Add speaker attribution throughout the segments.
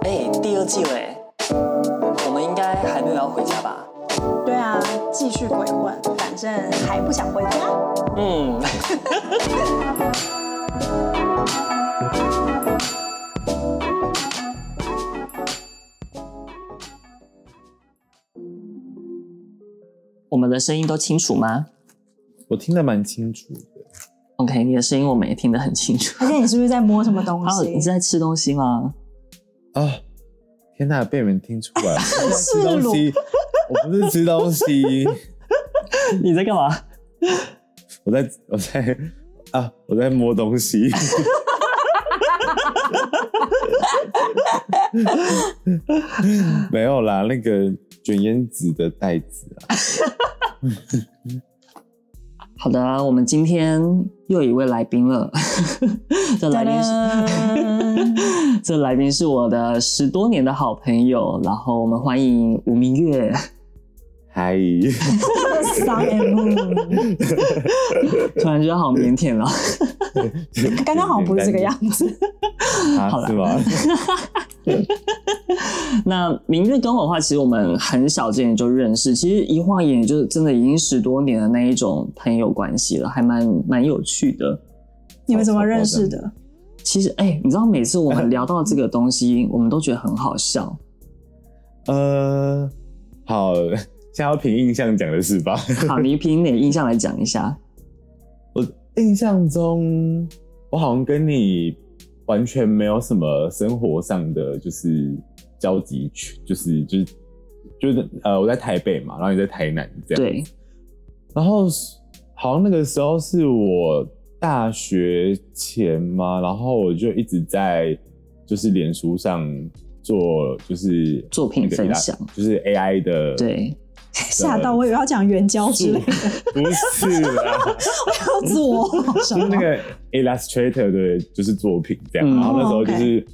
Speaker 1: 哎纪委，我们应该还没有要回家吧？
Speaker 2: 对啊，继续鬼混，反正还不想回家。
Speaker 1: 嗯， 我们的声音都清楚吗
Speaker 3: 我听得蛮清楚的。
Speaker 1: ？OK，你的声音我们也听得很清楚。
Speaker 2: 而且你是不是在摸什么东
Speaker 1: 哦，
Speaker 2: 西
Speaker 1: 你？是在吃东西吗？
Speaker 3: 啊！天哪，被你们听出 来了！我
Speaker 2: 赤
Speaker 3: 吃
Speaker 2: 裸
Speaker 3: 东西，我不是吃东西，
Speaker 1: 你在干嘛？
Speaker 3: 我在我在啊，我在摸东西。 没有啦，那个卷烟纸的袋子啊，
Speaker 1: 好的，我们今天又有一位来宾了。 这来宾是
Speaker 2: 噔
Speaker 1: 这来宾是我的十多年的好朋友，然后我们欢迎吴明月。
Speaker 3: 嗨，
Speaker 2: ，Sun and Moon，
Speaker 1: 突然觉得好腼腆啊了。
Speaker 2: 刚刚好像不是这个样子。
Speaker 1: 好啦
Speaker 3: 啊，是吗？
Speaker 1: 那明月跟我的话，其实我们很小之前就认识，其实一晃眼就真的已经十多年的那一种朋友关系了，还蛮蛮有趣的。
Speaker 2: 你们怎么认识的？
Speaker 1: 其实，哎、你知道每次我们聊到这个东西，我们都觉得很好笑。
Speaker 3: 呃，好，现在要凭印象讲的是吧？
Speaker 1: 好，你凭你的印象来讲一下。
Speaker 3: 我印象中，我好像跟你完全没有什么生活上的就是交集圈，就是就是就是呃，我在台北嘛，然后你在台南这样。。
Speaker 1: 对，
Speaker 3: 然后是好像那个时候是我大学前嘛，然后我就一直在就是脸书上做就是
Speaker 1: 作品
Speaker 3: 那个 AI
Speaker 1: 分享
Speaker 3: 就是 AI 的
Speaker 1: 对，
Speaker 2: 吓到我，以为要讲援交之类的，
Speaker 3: 不是啦。
Speaker 2: 要做 什
Speaker 3: 就是那
Speaker 2: 么？
Speaker 3: 个 Illustrator 的，就是作品这样。
Speaker 1: 嗯
Speaker 3: 然后那时候就是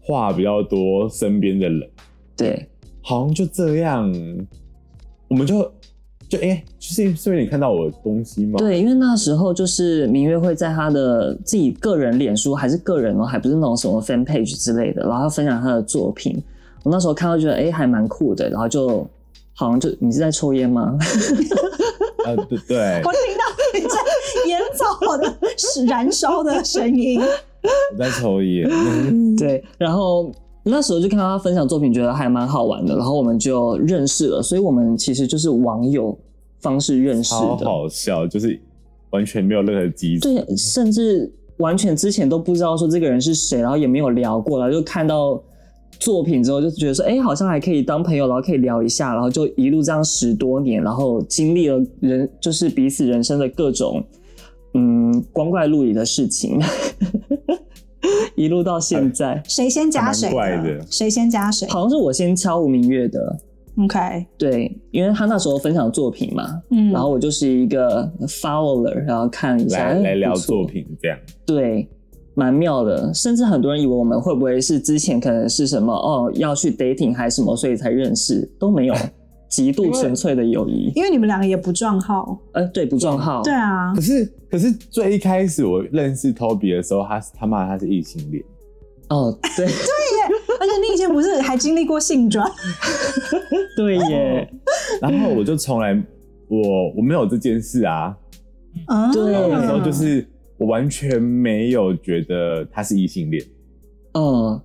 Speaker 3: 画比较多身边的人，
Speaker 1: 对，
Speaker 3: 好像就这样，我们就就哎、就是是因为你看到我的东西吗？
Speaker 1: 对，因为那时候就是明月会在他的自己个人脸书，还是个人哦，还不是那种什么 fan page 之类的，然后他分享他的作品。我那时候看到觉得，哎、还蛮酷的，然后就好像就你是在抽烟吗？
Speaker 3: 呃，对 对，
Speaker 2: 我听到你在烟草的燃烧的声音，
Speaker 3: 我在抽烟。嗯
Speaker 1: 对，然后那时候就看到他分享作品，觉得还蛮好玩的，然后我们就认识了，所以我们其实就是网友方式认识
Speaker 3: 超
Speaker 1: 的，
Speaker 3: 好笑，就是完全没有任何机制。
Speaker 1: 对，甚至完全之前都不知道说这个人是谁，然后也没有聊过，然后就看到作品之后就觉得说，哎，好像还可以当朋友，然后可以聊一下，然后就一路这样十多年，然后经历了人就是彼此人生的各种嗯光怪陆离的事情， 一路到
Speaker 3: 哎
Speaker 1: 现在。
Speaker 2: 谁先加谁
Speaker 3: 还蛮怪
Speaker 2: 的？
Speaker 3: 的
Speaker 2: 谁先加谁
Speaker 1: 好像是我先敲吴明月的，
Speaker 2: ？OK，
Speaker 1: 对，因为他那时候分享作品嘛，
Speaker 2: 嗯
Speaker 1: 然后我就是一个 follower，然后看一下
Speaker 3: 来来聊，
Speaker 1: 哎
Speaker 3: 作
Speaker 1: 不错
Speaker 3: 品这样，
Speaker 1: 对，蛮妙的。甚至很多人以为我们会不会是之前可能是什么哦要去 dating 还是什么，所以才认识，都没有，极度纯粹的友谊。
Speaker 2: 因为你们两个也不撞号。
Speaker 1: 呃，对，不撞号，
Speaker 2: 对啊
Speaker 3: 可，是可是最一开始我认识 Toby 的时候，他他骂他是异性恋，
Speaker 1: 哦，对
Speaker 2: 而且你以前不是还经历过性转？
Speaker 1: 对耶，
Speaker 3: 然后我就从来我我没有这件事啊，
Speaker 2: 嗯，
Speaker 1: 对
Speaker 3: 然后那时候
Speaker 1: 嗯
Speaker 3: 就是我完全没有觉得他是异性恋，
Speaker 1: 嗯，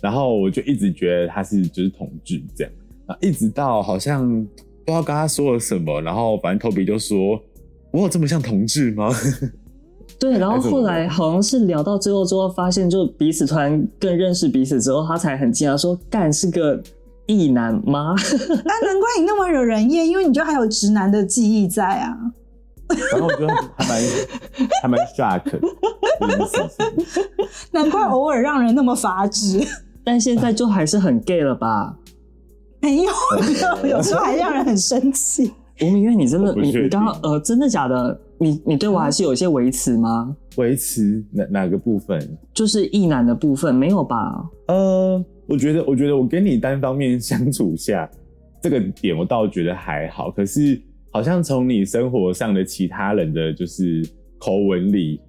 Speaker 3: 然后我就一直觉得他是就是同志这样，啊，一直到好像不知道跟他说了什么，然后反正 Toby 就说：“我有这么像同志吗
Speaker 1: 对。然后
Speaker 3: 还是我
Speaker 1: 后来好像是聊到最后之后，发现就彼此突然更认识彼此之后，他才很惊讶说：“干是个异男吗？”
Speaker 2: 那难怪你那么惹人厌，因为你就还有直男的记忆在啊。？”
Speaker 3: 然后我觉得还蛮还蛮 shock 的这件事情。
Speaker 2: 难怪偶尔让人那么发指，
Speaker 1: 但现在就还是很 gay 了吧？
Speaker 2: 没有，没有有时候还让人很生气。
Speaker 1: 吴明月，你真的
Speaker 3: 我不
Speaker 1: 你
Speaker 3: 确
Speaker 1: 你刚刚
Speaker 3: 定
Speaker 1: 呃，真的假的？你你对我还是有一些维持吗？
Speaker 3: 维持哪哪个部分？
Speaker 1: 就是意男的部分没有吧？
Speaker 3: 呃，我觉得，我觉得我跟你单方面相处下， 这个点我倒觉得还好。可是，好像从你生活上的其他人的，就是口吻里，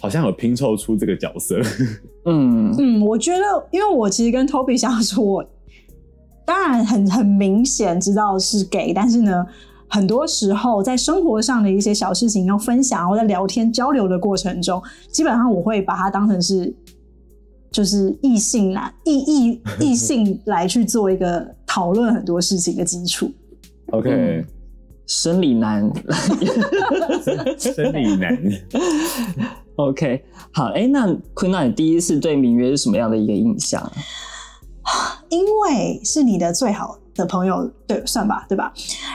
Speaker 3: 好像有拼凑出这个角色。
Speaker 1: 嗯，
Speaker 2: 嗯，我觉得，因为我其实跟 Toby 相处，我当然很很明显知道是 gay，但是呢，很多时候在生活上的一些小事情要分享，然后在聊天交流的过程中，基本上我会把它当成是就是异性来异异异性来去做一个讨论很多事情的基础。
Speaker 3: OK，
Speaker 1: 生理男。
Speaker 3: 生理男，
Speaker 1: OK，好，哎，那坤，那你第一次对明月是什么样的一个印象啊？
Speaker 2: 因为是你的最好的朋友，对，算吧，对吧？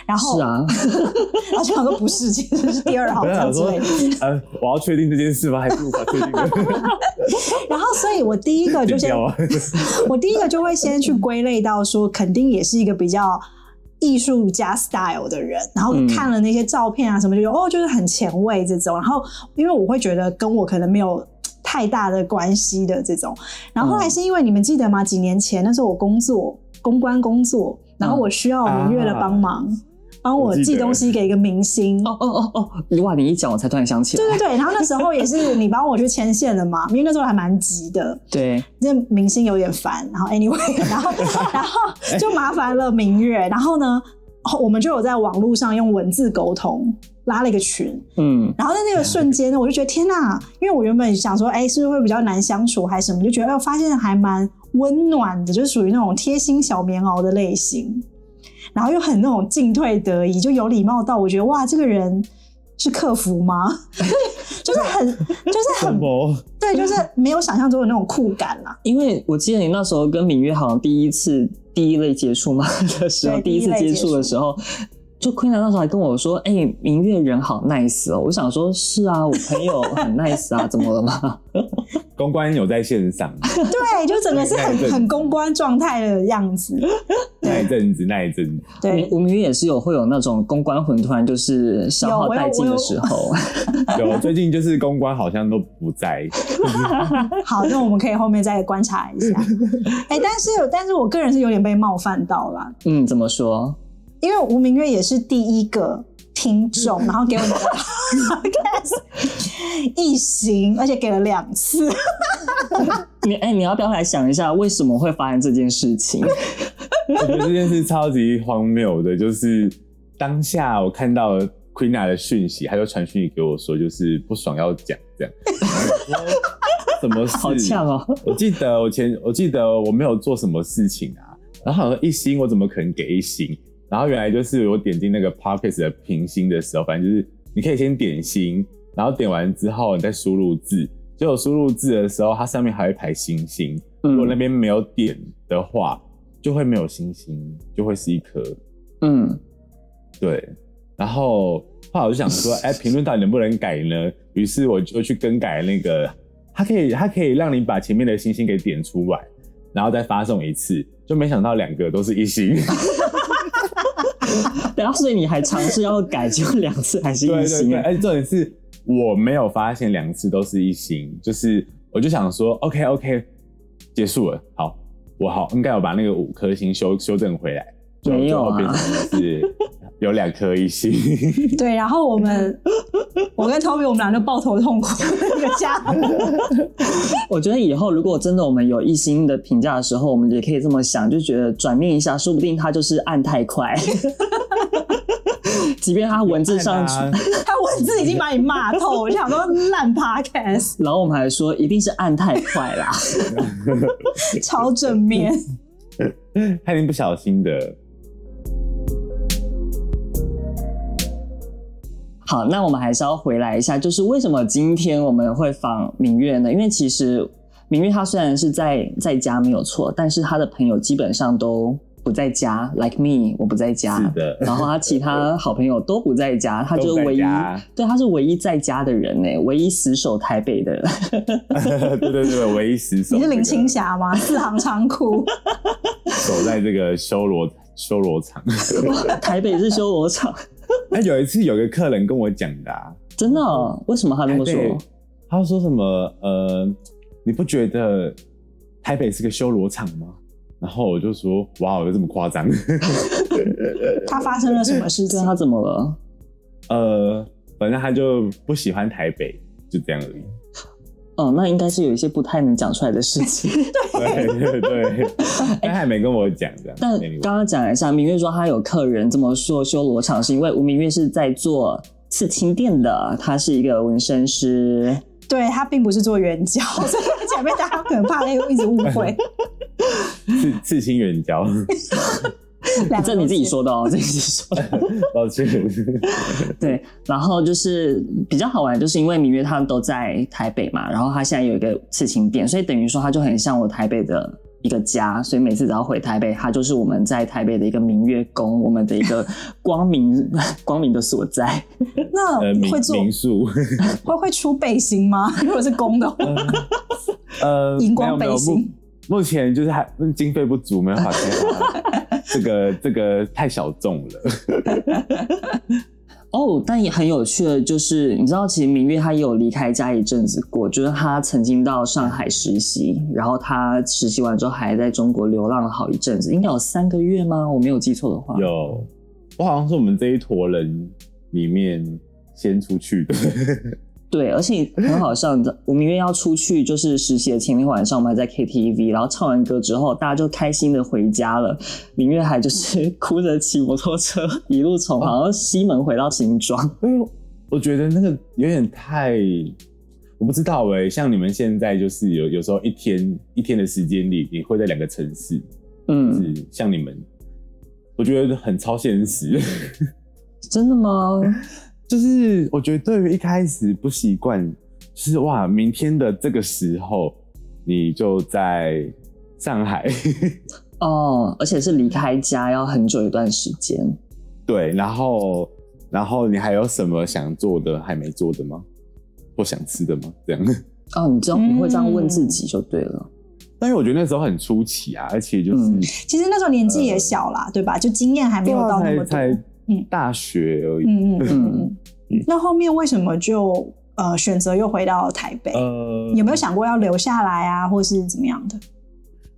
Speaker 2: 然后，
Speaker 1: 是 啊，
Speaker 2: 然后就想说不是，其实是第二 好
Speaker 3: 我
Speaker 2: 这样
Speaker 3: 想
Speaker 2: 之
Speaker 3: 说
Speaker 2: 类的。，
Speaker 3: 呃，我要确定这件事吗？还是无法确 定的？
Speaker 2: 然后，所以我第一个就先，
Speaker 3: 剪 掉啊
Speaker 2: 我第一个就会先去归类到说，肯定也是一个比较艺术家 style 的人。然后
Speaker 1: 嗯
Speaker 2: 看了那些照片啊什么，就觉得哦，就是很前卫这种。然后，因为我会觉得跟我可能没有。太大的关系的这种，然后后来是因为你们记得吗？几年前那时候我工作公关工作，然后我需要明月的帮忙，帮我
Speaker 3: 我记
Speaker 2: 寄
Speaker 3: 得
Speaker 2: 东西给一个明星。
Speaker 1: 哦哦哦哦，哇，你一讲我才突然想起来，
Speaker 2: 对对对，然后那时候也是你帮我去牵线的嘛，因为那时候还蛮急的，
Speaker 1: 对，
Speaker 2: 那明星有点烦，然后 anyway，然 后然后就麻烦了明月，然后呢，哦我们就有在网络上用文字沟通，拉了一个群，
Speaker 1: 嗯
Speaker 2: 然后在那个瞬间呢，我就觉得天呐，因为我原本想说，哎、是不是会比较难相处还是什么，就觉得哎、我发现还蛮温暖的，就是属于那种贴心小棉袄的类型，然后又很那种进退得宜，就有礼貌到我觉得哇，这个人是客服吗？ 就是很就是
Speaker 3: 什
Speaker 2: 很
Speaker 3: 么？
Speaker 2: 对，就是没有想象中的那种酷感啦。
Speaker 1: 因为我记得你那时候跟明月好像第一次第一类接触 嘛的时候，
Speaker 2: 对
Speaker 1: 第一次
Speaker 2: 第一
Speaker 1: 接
Speaker 2: 类
Speaker 1: 触的时候。就坤南那时候还跟我说：“哎、明月人好 nice 哦。”我想说：“是啊，我朋友很 nice 啊，怎么了嘛
Speaker 3: 公关有在线上，
Speaker 2: 对，就整个是很很公关状态的样子。
Speaker 3: 那一阵子，那一阵子，？”
Speaker 1: 明
Speaker 2: 对，
Speaker 1: 吴明月也是有会有那种公关魂，突然就是消
Speaker 2: 有
Speaker 1: 耗
Speaker 2: 我有
Speaker 1: 殆尽
Speaker 2: 我有
Speaker 1: 的时候。
Speaker 3: 有最近就是公关好像都不在，
Speaker 2: 好，那我们可以后面再观察一下。哎、但是但是我个人是有点被冒犯到啦，
Speaker 1: 嗯，怎么说？
Speaker 2: 因为吴明月也是第一个听众，然后给我们的 podcast 一行，而且给了两次。
Speaker 1: 你哎、你要不要来想一下为什么会发生这件事 情？
Speaker 3: 我觉得这件事超级荒谬的，就是当下我看到 Queena 的讯息，他就传讯息给我说，就是不爽要讲这样。然后我说什么 事？
Speaker 1: 好呛哦、
Speaker 3: 我记得我前我记得我没有做什么事情啊，然后好像一星我怎么可能给一星？然后原来就是我点进那个 p o c k e t 的评星的时候，反正就是你可以先点星，然后点完之后你再输入字，结果输入字的时候它上面还会排星星，如果那
Speaker 1: 嗯
Speaker 3: 边没有点的话，就会没有星星，就会是一颗
Speaker 1: 嗯，
Speaker 3: 对。然后后来我就想说，哎、评论到底能不能改呢？于是我就去更改那个，它可以它可以让你把前面的星星给点出来，然后再发送一次。就没想到两个都是一星，
Speaker 1: 然啊后所以你还尝试要改，就两次还是
Speaker 3: 对
Speaker 1: 一
Speaker 3: 对
Speaker 1: 星
Speaker 3: 对。。而且重点是我没有发现两次都是一星，就是我就想说，OK OK，结束了，好，我好应该有把那个五颗星修修正回来。就
Speaker 1: 没有啊
Speaker 3: 最后变成是有两颗一星，
Speaker 2: 对，然后我们，我跟 Toby 我们俩就抱头痛哭那个家伙。
Speaker 1: 我觉得以后如果真的我们有一星的评价的时候，我们也可以这么想，就觉得转念一下，说不定他就是按太快。 即便他 文字 上，
Speaker 3: 看啊
Speaker 2: 他文字已经把你骂透，我就想说烂 podcast
Speaker 1: 然后我们还说一定是按太快啦。
Speaker 2: 超正面。
Speaker 3: 他一定不小心的。
Speaker 1: 好，那我们还是要回来一下，就是为什么今天我们会访明月呢？因为其实明月她虽然是在在家没有错，但是她的朋友基本上都不在家，like me，我不在家。
Speaker 3: 是的
Speaker 1: 然后她其他好朋友都不在家，她就是唯一
Speaker 3: 都不在家，
Speaker 1: 对，她是唯一在家的人呢，唯一死守台北的人。
Speaker 3: 对对对，唯一死守、
Speaker 2: 你是林青
Speaker 3: 霞，
Speaker 2: 霞吗？四行仓库。
Speaker 3: 守在这个修罗修罗场。
Speaker 1: 台北是修罗场，
Speaker 3: 哎、有一次有个客人跟我讲的、啊，
Speaker 1: 真的哦、为什么他这么说？
Speaker 3: 台北哎他说什么呃，你不觉得台北是个修罗场吗？然后我就说，哇，有这么夸张？
Speaker 2: 他发生了什么事
Speaker 1: 对
Speaker 2: 情？
Speaker 1: 他怎么了？
Speaker 3: 呃，反正他就不喜欢台北，就这样而已。
Speaker 1: 哦，那应该是有一些不太能讲出来的事情。
Speaker 3: 对对对，他还没跟我讲这样。
Speaker 1: 但
Speaker 3: anyway
Speaker 1: 刚刚讲了一下，明月说她有客人这么说修罗场，是因为吴明月是在做刺青店的，他是一个纹身师。
Speaker 2: 对他并不是做援交，所以前面大家可能怕那个一直误会。
Speaker 3: 刺刺青援 交，
Speaker 2: 两个
Speaker 1: 这你自己
Speaker 2: 都是
Speaker 1: 说的哦，这你自己说的。
Speaker 3: 抱歉。
Speaker 1: 对，然后就是比较好玩，就是因为明月他们都在台北嘛，然后他现在有一个刺青店，所以等于说他就很像我台北的一个家，所以每次只要回台北，他就是我们在台北的一个明月宫，我们的一个光明 光明的所在。
Speaker 2: 那
Speaker 3: 呃，民
Speaker 2: 会做
Speaker 3: 民宿，
Speaker 2: 会会出背心吗？如果是公的话，
Speaker 3: 呃，
Speaker 2: 荧光
Speaker 3: 没有
Speaker 2: 背
Speaker 3: 没有目
Speaker 2: 心
Speaker 3: 目前就是还嗯经费不足，没办法开发。这个这个太小众了，
Speaker 1: 哦，但也很有趣的就是，你知道，其实明月她也有离开家一阵子过，就是她曾经到上海实习，然后她实习完之后还在中国流浪了好一阵子，应该有三个月吗？我没有记错的话，
Speaker 3: 有，我好像是我们这一坨人里面先出去的。
Speaker 1: 对，而且很好笑，你知道，我明月要出去就是实习的前天晚上，我们还在 KTV，然后唱完歌之后，大家就开心的回家了。明月还就是 哭着骑摩托车一路从好像西门回到新庄，
Speaker 3: 因为哎我觉得那个有点太，我不知道哎、像你们现在就是有有时候一天一天的时间里，你会在两个城市，
Speaker 1: 嗯，
Speaker 3: 是像你们，我觉得很超现实。
Speaker 1: 真的吗？
Speaker 3: 就是我觉得对于一开始不习惯，就是哇，明天的这个时候你就在上海，
Speaker 1: 哦，而且是离开家要很久一段时间。
Speaker 3: 对，然后然后你还有什么想做的还没做的吗？或想吃的吗？这样。
Speaker 1: 哦，你这样你会这样问自己就对了。
Speaker 3: 嗯但是我觉得那时候很初期啊，而且就是、
Speaker 1: 嗯
Speaker 2: 其实那时候年纪也小啦，对吧？就经验还没有到那么多。
Speaker 3: 才才
Speaker 2: 嗯
Speaker 3: 大学而已。
Speaker 2: 嗯嗯嗯
Speaker 1: 嗯
Speaker 2: 嗯。那后面为什么就呃选择又回到台北？
Speaker 3: 呃，
Speaker 2: 有没有想过要留下来啊，或是怎么样的？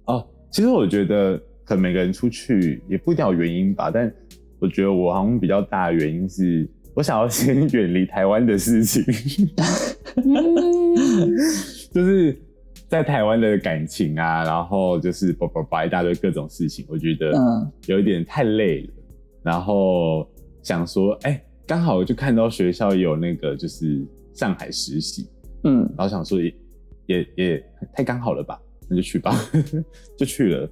Speaker 3: 哦，其实我觉得可能每个人出去也不一定有原因吧，但我觉得我好像比较大的原因是我想要先 远离台湾的事情，
Speaker 2: 嗯，
Speaker 3: 就是在台湾的感情啊，然后就是叭叭叭一大堆各种事情，我觉得
Speaker 1: 嗯
Speaker 3: 有一点太累了，然后想说，哎、刚好我就看到学校有那个就是上海实习，
Speaker 1: 嗯，
Speaker 3: 然后想说也也也太刚好了吧，那就去吧， 就去了。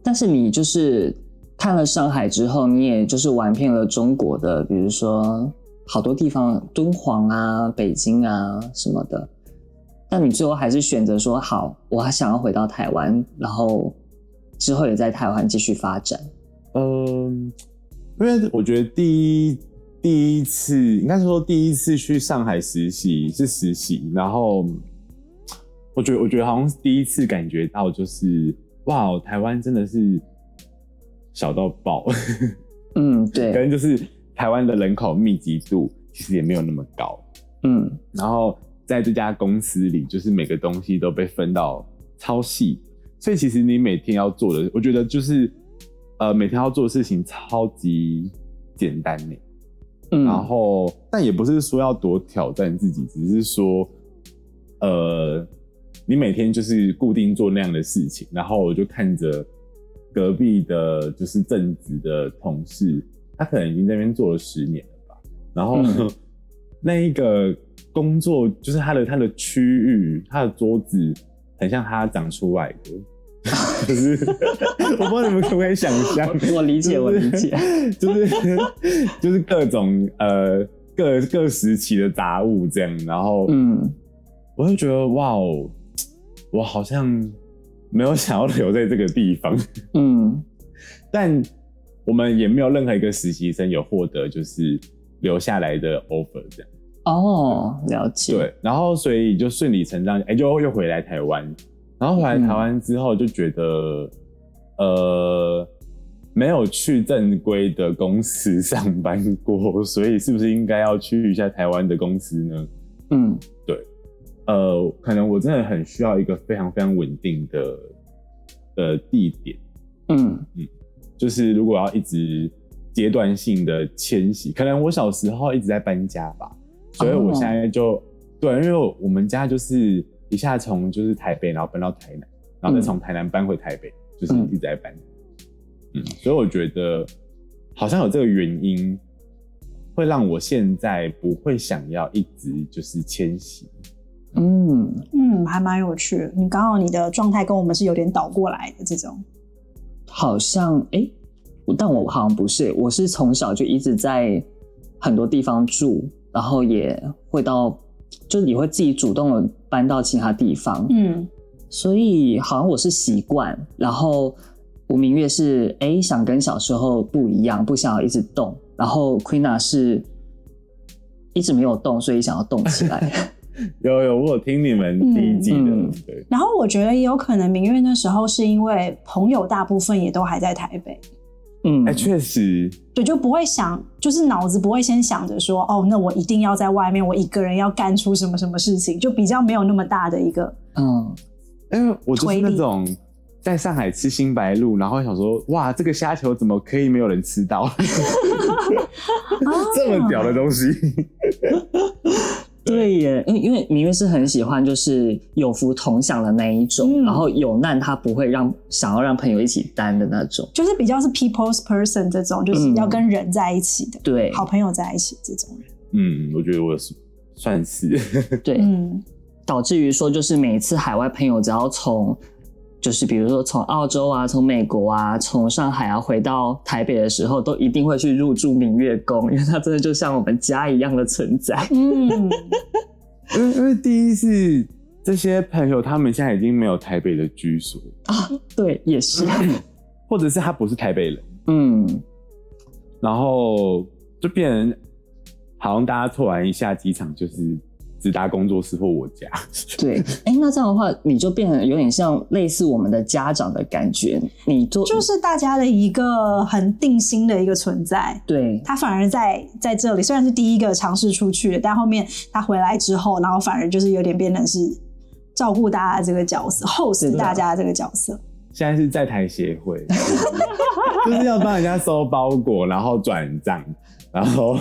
Speaker 1: 但是你就是看了上海之后，你也就是玩遍了中国的，比如说好多地方，敦煌啊、北京啊什么的。但你最后还是选择说好，我还想要回到台湾，然后之后也在台湾继续发展。
Speaker 3: 嗯，因为我觉得第一第一次应该是说第一次去上海实习是实习，然后我觉得我觉得好像是第一次感觉到就是哇，台湾真的是小到爆，
Speaker 1: 嗯，
Speaker 3: 可
Speaker 1: 对，
Speaker 3: 能就是台湾的人口密集度其实也没有那么高，
Speaker 1: 嗯
Speaker 3: 然后在这家公司里，就是每个东西都被分到超细，所以其实你每天要做的，我觉得就是呃每天要做的事情超级简单呢。
Speaker 1: 嗯，
Speaker 3: 然后，但也不是说要多挑战自己，只是说呃你每天就是固定做那样的事情，然后我就看着隔壁的就是正职的同事，他可能已经在那边做了十年了吧，然后、
Speaker 1: 嗯
Speaker 3: 那一个工作就是他的他的区域，他的桌子很像他长出来的。 就是 我不知道你们可不可以想象，
Speaker 1: 我理解，我理解。
Speaker 3: 就是就是 各种呃各各时期的杂物这样，然后
Speaker 1: 嗯，
Speaker 3: 我就觉得哇哦，我好像没有想要留在这个地方，
Speaker 1: 嗯
Speaker 3: 但我们也没有任何一个实习生有获得就是留下来的 offer 这样。
Speaker 1: 哦，了解。，
Speaker 3: 对，然后所以就顺理成章，哎、就又回来台湾，然后回来台湾之后就觉得，呃，没有去正规的公司上班过，所以是不是应该要去一下台湾的公司呢？
Speaker 1: 嗯
Speaker 3: 呃，可能我真的很需要一个非常非常稳定的的地点，
Speaker 1: 嗯
Speaker 3: 就是如果要一直阶段性的迁徙，可能我小时候一直在搬家吧，所以我
Speaker 1: 哦
Speaker 3: 现在就、对，因为我们家就是一下从就是台北，然后搬到台南，然后再从台南搬回台北，就是一直在搬。嗯，所以我觉得好像有这个原因，会让我现在不会想要一直就是迁徙。
Speaker 1: 嗯，
Speaker 2: 嗯，还蛮有趣的。你刚好你的状态跟我们是有点倒过来的这种，
Speaker 1: 好像哎、诶我但我好像不是，我是从小就一直在很多地方住，然后也会到，就是也会自己主动的搬到其他地方，
Speaker 2: 嗯
Speaker 1: 所以好像我是习惯，然后吴明月是哎、诶想跟小时候不一样，不想要一直动，然后 Queena 是一直没有动，所以想要动起来。
Speaker 3: 有有，我有听你们第一季的，
Speaker 1: 嗯
Speaker 3: 对，
Speaker 2: 然后我觉得也有可能明月那时候是因为朋友大部分也都还在台北，
Speaker 1: 嗯，
Speaker 3: 哎、确实，
Speaker 2: 对，就不会想，就是脑子不会先想着说，哦，那我一定要在外面，我一个人要干出什么什么事情，就比较没有那么大的一个，
Speaker 1: 嗯，
Speaker 3: 因为我就是
Speaker 2: 推
Speaker 3: 那
Speaker 2: 力
Speaker 3: 种在上海吃新白鹿，然后想说，哇，这个虾球怎么可以没有人吃到？ 这
Speaker 2: 啊
Speaker 3: 么屌的东西，
Speaker 1: 对耶，因为因为明月是很喜欢就是有福同享的那一种，
Speaker 2: 嗯
Speaker 1: 然后有难他不会让想要让朋友一起担的那种。
Speaker 2: 就是比较是 people's person 这种，就是
Speaker 1: 嗯
Speaker 2: 要跟人在一起的，
Speaker 1: 对，
Speaker 2: 好朋友在一起这种人，
Speaker 3: 嗯，我觉得我是算是，
Speaker 1: 对，
Speaker 2: 嗯。
Speaker 1: 导致于说就是每一次海外朋友只要从就是比如说从澳洲啊、从美国啊、从上海啊回到台北的时候，都一定会去入住明月宫，因为它真的就像我们家一样的存在。
Speaker 2: 嗯，
Speaker 3: 因为因为第一是这些朋友他们现在已经没有台北的居所，
Speaker 1: 对，也是，
Speaker 3: 或者是他不是台北人，
Speaker 1: 嗯，
Speaker 3: 然后就变成好像大家突然一下机场就是直达工作室或我家，
Speaker 1: 对。哎、那这样的话，你就变成有点像类似我们的家长的感觉，你做
Speaker 2: 就是大家的一个很定心的一个存在。
Speaker 1: 对，
Speaker 2: 他反而在在这里，虽然是第一个尝试出去的，但后面他回来之后，然后反而就是有点变成是照顾大家的这个角色
Speaker 1: 对
Speaker 2: ，host
Speaker 1: 对啊
Speaker 2: 大家的这个角色。
Speaker 3: 现在是在台协会， 就是要帮人家收包裹，然后转账，然后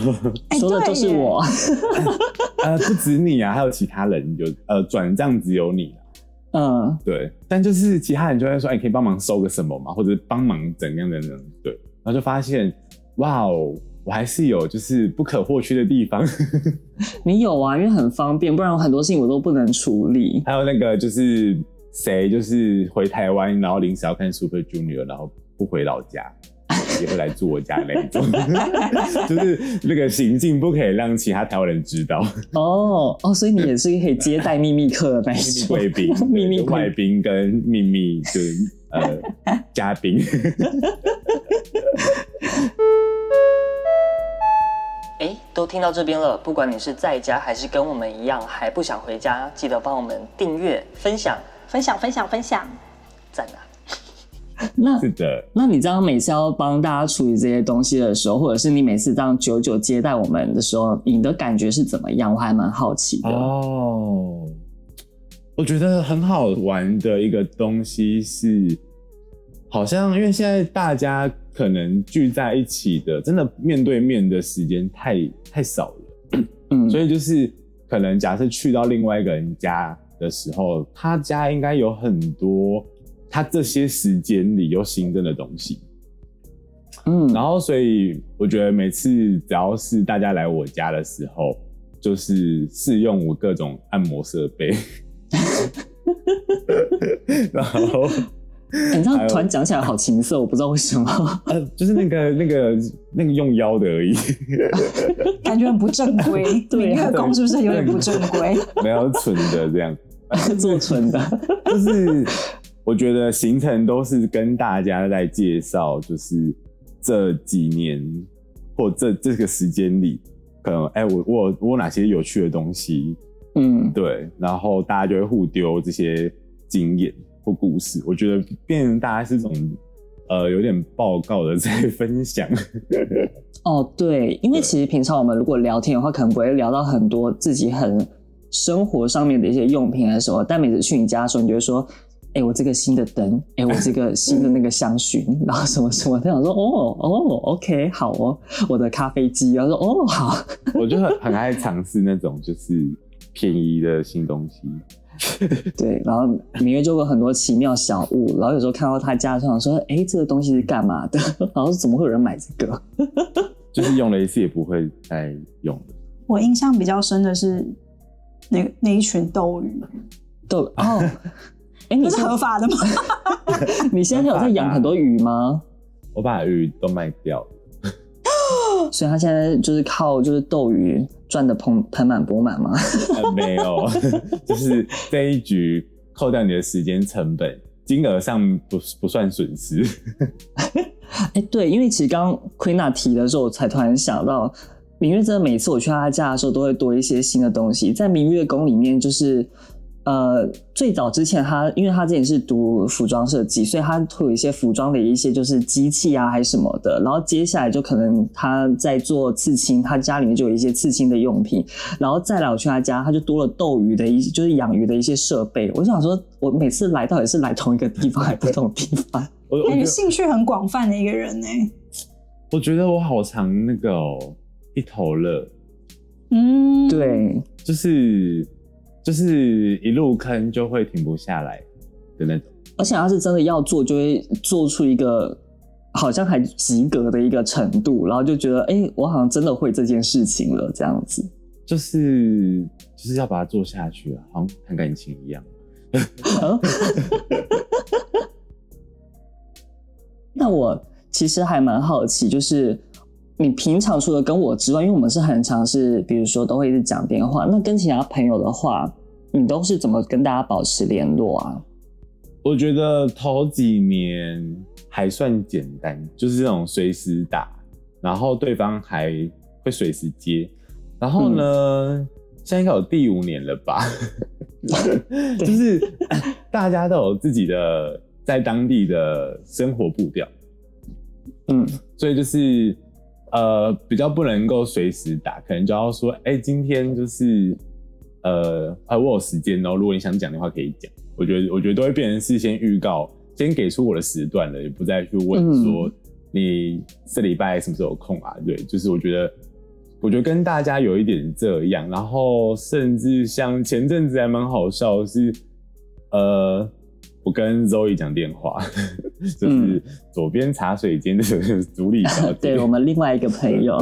Speaker 2: 哎
Speaker 1: 说的
Speaker 2: 对
Speaker 1: 就是
Speaker 2: 耶
Speaker 1: 我。
Speaker 3: 呃不止你啊，还有其他人有呃转账只有你啊
Speaker 1: 嗯，
Speaker 3: 对，但就是其他人就会说，哎、可以帮忙收个什么嘛，或者是帮忙怎样怎样，对，然后就发现，哇哦，我还是有就是不可或缺的地方，
Speaker 1: 你有啊，因为很方便，不然我很多事情我都不能处理。
Speaker 3: 还有那个就是谁就是回台湾，然后临时要看 Super Junior，然后不回老家。 也会来住我家那一种， 就是那个行径不可以让其他台湾人知道，
Speaker 1: 哦哦，所以你也是可以接待秘密客的那一
Speaker 3: 秘密
Speaker 1: 种
Speaker 3: 贵宾、对
Speaker 1: 秘密
Speaker 3: 就
Speaker 1: 贵
Speaker 3: 外宾跟秘密就是呃 嘉宾。
Speaker 1: 哎，都听到这边了，不管你是在家还是跟我们一样还不想回家，记得帮我们订阅、分享、
Speaker 2: 分享分享分享，
Speaker 1: 赞啊！ 那
Speaker 3: 是的，
Speaker 1: 那你这样每次要帮大家处理这些东西的时候，或者是你每次这样久久接待我们的时候，你的感觉是怎么样？我还蛮好奇的。
Speaker 3: 哦，我觉得很好玩的一个东西是，好像因为现在大家可能聚在一起的，真的面对面的时间太太少了，
Speaker 1: 嗯，
Speaker 3: 所以就是可能假设去到另外一个人家的时候，他家应该有很多他这些时间里有新增的东西，
Speaker 1: 嗯，
Speaker 3: 然后，所以我觉得每次只要是大家来我家的时候，就是试用我各种按摩设备， 然后
Speaker 1: 你这样突然讲起来好情色，我不知道为什么。
Speaker 3: 呃，就是那个那个那个用腰的而已，
Speaker 2: 感觉很不正规。
Speaker 1: 对啊
Speaker 2: 明月宫是不是有点不正规？
Speaker 3: 没有蠢的这样，
Speaker 1: 做纯的，
Speaker 3: 就是我觉得行程都是跟大家在介绍，就是这几年或这这个时间里，可能哎、我我有我有哪些有趣的东西，
Speaker 1: 嗯，
Speaker 3: 对，然后大家就会互丢这些经验或故事，我觉得变成大家是一种呃有点报告的 在分享，
Speaker 1: 哦，对，因为
Speaker 3: 对
Speaker 1: 其实平常我们如果聊天的话，可能不会聊到很多自己很生活上面的一些用品啊还是什么，但每次去你家的时候，你就会说。哎、我这个新的灯，哎、我这个新的那个香薰，然后什么什么，他想说，哦哦，OK，好哦，我的咖啡机，然后说，哦好，
Speaker 3: 我就很很爱尝试那种就是便宜的新东西。
Speaker 1: 对，然后里面就有很多奇妙小物，然后有时候看到他家，就想说，哎，这个东西是干嘛的？ 然后怎么会有人买这个？
Speaker 3: 就是用了一次也不会再用了。
Speaker 2: 我印象比较深的是那那一群斗鱼，
Speaker 1: 都哦， 哎，
Speaker 2: 不
Speaker 1: 你
Speaker 2: 是
Speaker 1: 现
Speaker 2: 合法的吗？
Speaker 1: 你现在有在养很多鱼吗？
Speaker 3: 我把鱼都卖掉了，
Speaker 2: 啊
Speaker 1: 所以他现在就是靠就是斗鱼赚的盆盆满钵满嘛。
Speaker 3: 呃、没有， 就是这一局扣掉你的时间成本，金额上不不算损失。
Speaker 1: 哎、对，因为其实刚刚 Queena 提的时候，我才突然想到，明月真的每次我去他家的时候，都会多一些新的东西。在明月宫里面，就是呃，最早之前他，因为他之前是读服装设计，所以他会有一些服装的一些就是机器啊，还是什么的。然后接下来就可能他在做刺青，他家里面就有一些刺青的用品。然后再来我去他家，他就多了斗鱼的一些，就是养鱼的一些设备。我就想说，我每次来到底是来同一个地方，还不同地方？
Speaker 3: 我我
Speaker 2: 哎、
Speaker 3: 觉
Speaker 2: 你
Speaker 3: 得
Speaker 2: 兴趣很广泛的一个人呢、
Speaker 3: 我觉得我好常那个、哦、一头热，
Speaker 2: 嗯，，
Speaker 1: 对。
Speaker 3: 就是就是一入坑就会停不下来的那种。
Speaker 1: 而且他是真的要做，就会做出一个好像还及格的一个程度，然后就觉得，哎、我好像真的会这件事情了，这样子。
Speaker 3: 就是就是要把它做下去啊，好像谈感情一样。
Speaker 1: 那我其实还蛮好奇，就是你平常除了跟我之外，因为我们是很常是，比如说都会一直讲电话，那跟其他朋友的话，你都是怎么跟大家保持联络啊？
Speaker 3: 我觉得头几年还算简单，就是这种随时打，然后对方还会随时接。然后呢，现在应该有第五年了吧？ 就是 大家都有自己的在当地的生活步调，
Speaker 1: 嗯，
Speaker 3: 所以就是呃比较不能够随时打，可能就要说，哎、今天就是呃，啊我有时间哦，如果你想讲的话可以讲。我觉得我觉得都会变成事先预告，先给出我的时段了，也不再去问
Speaker 1: 嗯
Speaker 3: 说你这礼拜什么时候有空啊？对，就是我觉得。我觉得跟大家有一点这样，然后甚至像前阵子还蛮好笑的是，呃，我跟 Zoe 讲电话， 就是左边茶水间的 主理小姐，
Speaker 1: 对我们另外一个朋 友，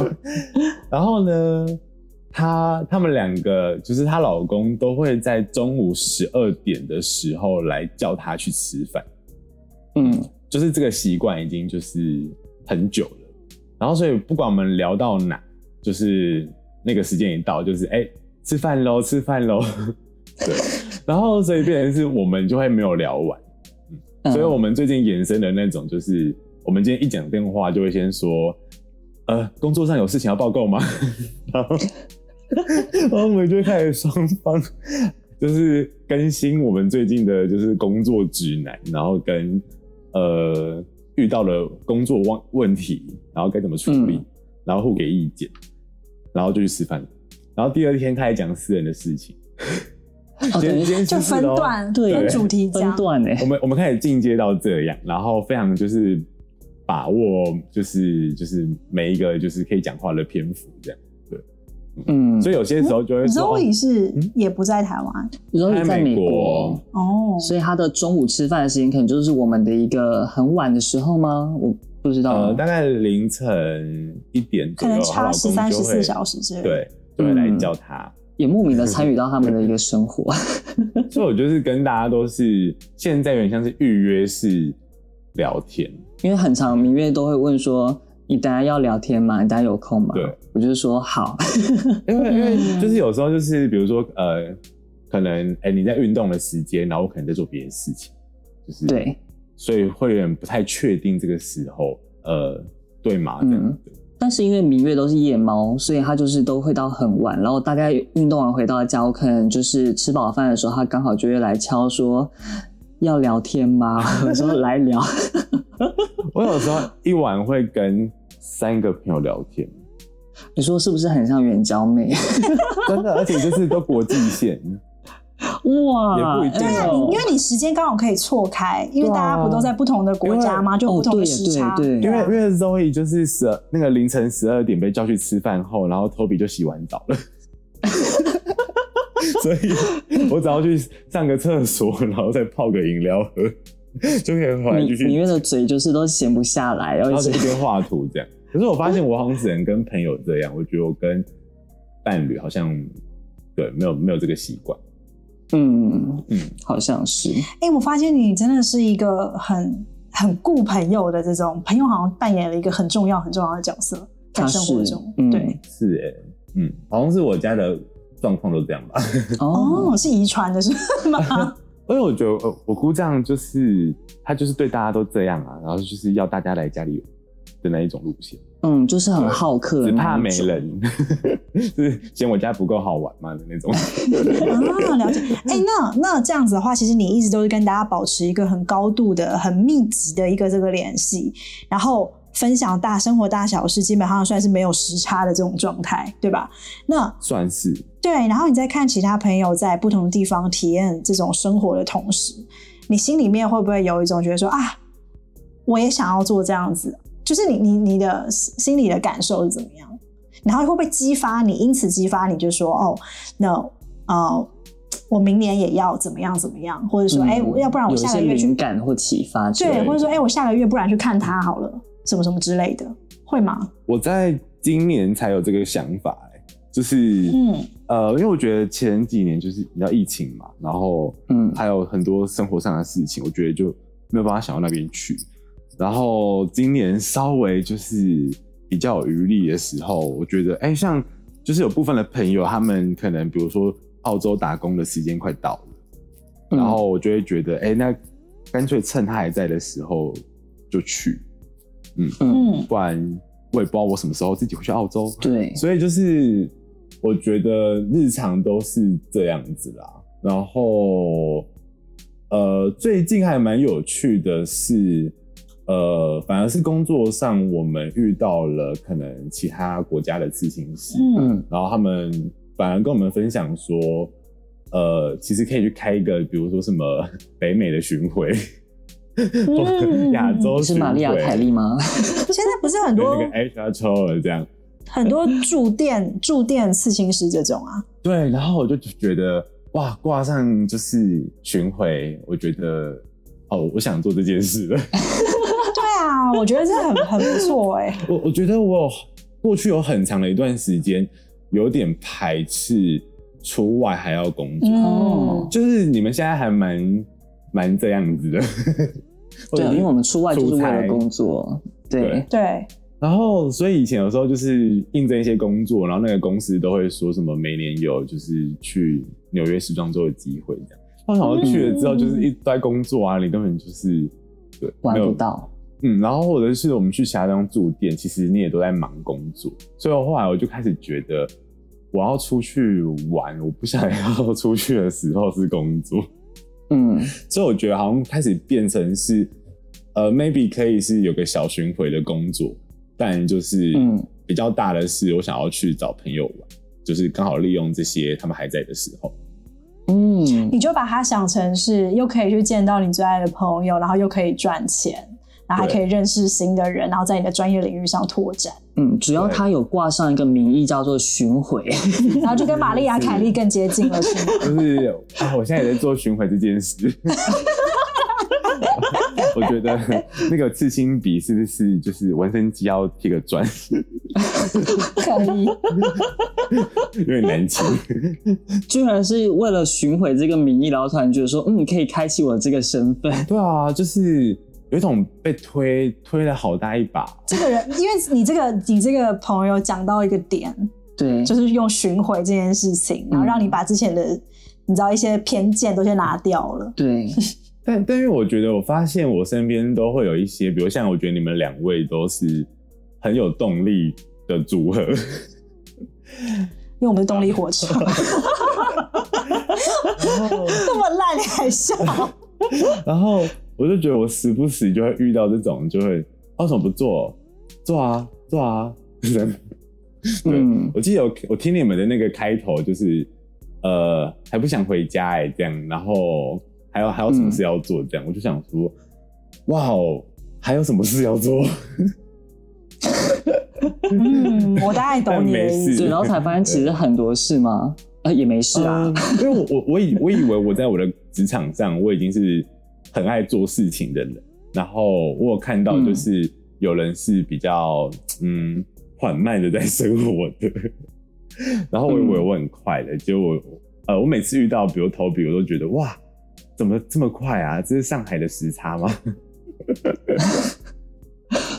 Speaker 3: 然后呢，她他们两个就是她老公都会在中午十二点的时候来叫她去吃饭，
Speaker 1: 嗯，
Speaker 3: 就是这个习惯已经就是很久了。然后所以不管我们聊到哪，就是那个时间一到，就是哎、吃饭喽，吃饭喽。 对，然后所以变成是我们就会没有聊完。
Speaker 1: 嗯
Speaker 3: 所以我们最近衍生的那种，就是我们今天一讲电话就会先说，呃，工作上有事情要报告吗？ 然后，然后我们就会开始双方就是更新我们最近的就是工作指南，然后跟呃遇到了工作问问题，然后该怎么处理，
Speaker 1: 嗯
Speaker 3: 然后互给意见，然后就去吃饭，然后第二天开始讲私人的事情，
Speaker 1: 哦，等于
Speaker 3: 今天
Speaker 2: 就
Speaker 3: 私事
Speaker 2: 分
Speaker 3: 咯
Speaker 2: 段，
Speaker 1: 哦对
Speaker 2: 分主题
Speaker 1: 分
Speaker 2: 讲，
Speaker 1: 段呢、欸
Speaker 3: 我们我们开始进阶到这样，然后非常就是把握，就是就是每一个就是可以讲话的篇幅这样，
Speaker 1: 嗯，
Speaker 3: 所以有些时候就会说，
Speaker 2: Zoe 是
Speaker 3: 嗯
Speaker 2: 也不在台湾
Speaker 1: 然后
Speaker 3: 哦
Speaker 1: 你在美国
Speaker 3: 国，，
Speaker 2: 哦，
Speaker 1: 所以他的中午吃饭的时间可能就是我们的一个很晚的时候吗？我不知道。
Speaker 3: 呃，大概凌晨一点
Speaker 2: 哦可
Speaker 3: 左右，
Speaker 2: 能
Speaker 3: 她
Speaker 2: 差
Speaker 3: 老
Speaker 2: 十
Speaker 3: 公
Speaker 2: 三
Speaker 3: 就
Speaker 2: 十
Speaker 3: 会
Speaker 2: 四小时之类。，
Speaker 3: 对，就会来
Speaker 1: 嗯
Speaker 3: 叫他。
Speaker 1: 也莫名的参与到他们的一 个生活。
Speaker 3: 所以我就是跟大家都是现在有点像是预约式聊天，
Speaker 1: 因为很常明月都会问说：“你等下要聊天吗？你等下有空吗？”
Speaker 3: 对，
Speaker 1: 我就是说好。
Speaker 3: 因为
Speaker 2: 嗯
Speaker 3: 因为就是有时候就是比如说呃，可能哎、你在运动的时间，然后我可能在做别的事情，就是
Speaker 1: 对，
Speaker 3: 所以会有点不太确定这个时候，呃，对吗？这
Speaker 1: 嗯
Speaker 3: 样子，
Speaker 1: 但是因为明月都是夜猫，所以他就是都会到很晚。然后大概运动完回到家，我可能就是吃饱饭的时候，他刚好就会来敲说：“要聊天吗？” 我说：“来聊。
Speaker 3: 我有时候一晚会跟三个朋友聊天，”
Speaker 1: 你说是不是很像援交妹？
Speaker 3: 真的，而且就是都国际线，
Speaker 1: 哇，
Speaker 3: 也不一定哦
Speaker 2: 对啊，
Speaker 1: 哎
Speaker 2: 你
Speaker 1: 呦
Speaker 2: 因为你时间刚好可以错开，因为
Speaker 1: 对啊
Speaker 2: 大家不都在不同的国家吗？就有不同的时差。
Speaker 1: 哦对对对
Speaker 3: 因为
Speaker 2: 啊
Speaker 3: 因为 Zoe 就是十二那个凌晨 十二点被叫去吃饭后，然后 Toby 就洗完澡了。所以我只要去上个厕所，然后再泡个饮料喝，就可哦以很快
Speaker 1: 你
Speaker 3: 继续
Speaker 1: 你们的嘴就是都闲不下来，然后
Speaker 3: 然
Speaker 1: 一
Speaker 3: 后
Speaker 1: 直
Speaker 3: 就一边画图这样。可是我发现我好像只能跟朋友这样，我觉得我跟伴侣好像对没有没有这个习惯。
Speaker 1: 嗯
Speaker 3: 嗯
Speaker 1: 嗯，好像 是。
Speaker 2: 哎、我发现你真的是一个很很顾朋友的这种朋友，好像扮演了一个很重要很重要的角色在
Speaker 1: 他
Speaker 2: 生活
Speaker 1: 是
Speaker 2: 中。
Speaker 1: 嗯
Speaker 2: 对，
Speaker 3: 是哎、嗯，好像是我家的状况都这样吧。
Speaker 1: 哦，
Speaker 2: 哦，是遗传的是 吗？
Speaker 3: 因为我觉得呃我姑丈就是他就是对大家都这样啊，然后就是要大家来家里的那一种路线，
Speaker 1: 嗯，就是很好客的
Speaker 3: 只
Speaker 1: 那一种，
Speaker 3: 怕没人， 就是嫌我家不够好玩嘛的那 种。
Speaker 2: 啊，了解。哎、那那这样子的话，其实你一直都是跟大家保持一个很高度的、很密集的一个这个联系，然后分享大生活大小事，基本上算是没有时差的这种状态，对吧？那
Speaker 3: 算是
Speaker 2: 对，然后你在看其他朋友在不同地方体验这种生活的同时，你心里面会不会有一种觉得说啊，我也想要做这样子？就是你你你的心里的感受是怎么样？然后会不会激发你？因此激发你就说哦，那呃，我明年也要怎么样怎么样，或者说
Speaker 1: 嗯
Speaker 2: 哎、我要不然我
Speaker 1: 有一
Speaker 2: 下
Speaker 1: 些
Speaker 2: 个月
Speaker 1: 灵
Speaker 2: 去
Speaker 1: 感或启发之类
Speaker 2: 对，
Speaker 1: 的，
Speaker 2: 或者说哎、我下个月不然去看他好了，什么什么之类的，会吗？
Speaker 3: 我在今年才有这个想法、欸，就是
Speaker 2: 嗯
Speaker 3: 呃，因为我觉得前几年就是你知道疫情嘛，然后
Speaker 1: 嗯
Speaker 3: 还有很多生活上的事情，我觉得就没有办法想到那边去。然后今年稍微就是比较有余力的时候，我觉得哎、像就是有部分的朋友，他们可能比如说澳洲打工的时间快到了，
Speaker 1: 嗯
Speaker 3: 然后我就会觉得哎、那干脆趁他还在的时候就去，
Speaker 2: 嗯
Speaker 3: 不然我也不知道我什么时候自己会去澳洲。
Speaker 1: 对，
Speaker 3: 所以就是我觉得日常都是这样子啦。然后，呃，最近还蛮有趣的是，呃，反而是工作上我们遇到了可能其他国家的刺青师，
Speaker 2: 嗯
Speaker 1: 嗯
Speaker 3: 然后他们反而跟我们分享说，呃，其实可以去开一个，比如说什么 北美的巡回， 或
Speaker 2: 嗯
Speaker 3: 亚洲
Speaker 1: 是
Speaker 3: 巡回，
Speaker 1: 玛利亚凯莉吗？
Speaker 2: 现在不是很
Speaker 3: 对
Speaker 2: 多
Speaker 3: 那个 HR 抽了这样。
Speaker 2: 很多驻店 驻店刺青师这种啊，
Speaker 3: 对，然后我就觉得哇，挂上就是巡回，我觉得哦，我想做这件事 了。
Speaker 2: 对啊，我觉得这很很不错哎、
Speaker 3: 我我觉得我有过去有很长的一段时间有点排斥出外还要工作，
Speaker 1: 哦
Speaker 2: 嗯，
Speaker 3: 就是你们现在还蛮蛮这样子的。 或
Speaker 1: 对
Speaker 3: 者
Speaker 1: 啊，
Speaker 3: 是
Speaker 1: 因为我们出外就是为
Speaker 3: 出
Speaker 1: 了
Speaker 3: 差
Speaker 1: 工作，对
Speaker 3: 对，
Speaker 2: 对，
Speaker 3: 然后，所以以前有时候就是应征一些工作，然后那个公司都会说什么每年有就是去纽约时装周的机会这样。然后想到去了之后，就是一直在工作啊，你根本就是对
Speaker 1: 玩
Speaker 3: 没有
Speaker 1: 不到，
Speaker 3: 嗯，然后或者是我们去其他地方驻店，其实你也都在忙工作，所以我后来我就开始觉得，我要出去玩，我不想要出去的时候是工作。
Speaker 1: 嗯
Speaker 3: 所以我觉得好像开始变成是，呃，maybe 可以是有个小巡回的工作，但就是
Speaker 1: 嗯
Speaker 3: 比较大的是，我想要去找朋友玩，就是刚好利用这些他们还在的时候。
Speaker 1: 嗯，
Speaker 2: 你就把它想成是又可以去见到你最爱的朋友，然后又可以赚钱，然后还可以认识新的人，然后在你的专业领域上拓展，
Speaker 1: 嗯，只要
Speaker 3: 对
Speaker 1: 他有挂上一个名义叫做巡回，
Speaker 2: 然后就跟玛丽亚凯莉更接近了，是吗？
Speaker 3: 就是啊，我现在也在做巡回这件事。 我觉得那个刺青笔是不是就是纹身机要贴个钻，
Speaker 2: 可以，
Speaker 3: 有点难清。
Speaker 1: 居然是为了巡回这个名义，然后突然觉得说，嗯，可以开启我这个身份，
Speaker 3: 对啊，就是有一种被推推了好大一把。
Speaker 2: 这个人，因为你这个你这个朋友讲到一个点，
Speaker 1: 对，
Speaker 2: 就是用巡回这件事情，然后让你把之前的你知道一些偏见都先拿掉了，
Speaker 1: 对，
Speaker 3: 但但是我觉得，我发现我身边都会有一些，比如像我觉得你们两位都是很有动力的组合，
Speaker 2: 因为我们是动力火车，
Speaker 3: 然后
Speaker 2: 那么烂你还笑？
Speaker 3: 然后我就觉得我时不时就会遇到这种，就会啊为什么不做？做啊做啊！
Speaker 1: 嗯
Speaker 3: 我记得我我听你们的那个开头就是，呃，还不想回家哎、这样，然后还有还有什么事要做这样，我就想说，哇哦，还有什么事要做？
Speaker 2: 嗯，我大概懂你的意
Speaker 3: 但没
Speaker 2: 思
Speaker 3: 事。
Speaker 1: 对，然后才发现其实很多事嘛，啊，也没事啊，
Speaker 3: 嗯因为我我我以我以为我在我的职场上我已经是很爱做事情的人，然后我有看到就是有人是比较嗯缓慢的在生活的，然后我以为我很快的，结果我呃我每次遇到比如投笔，我都觉得哇怎么这么快啊？这是上海的时差吗？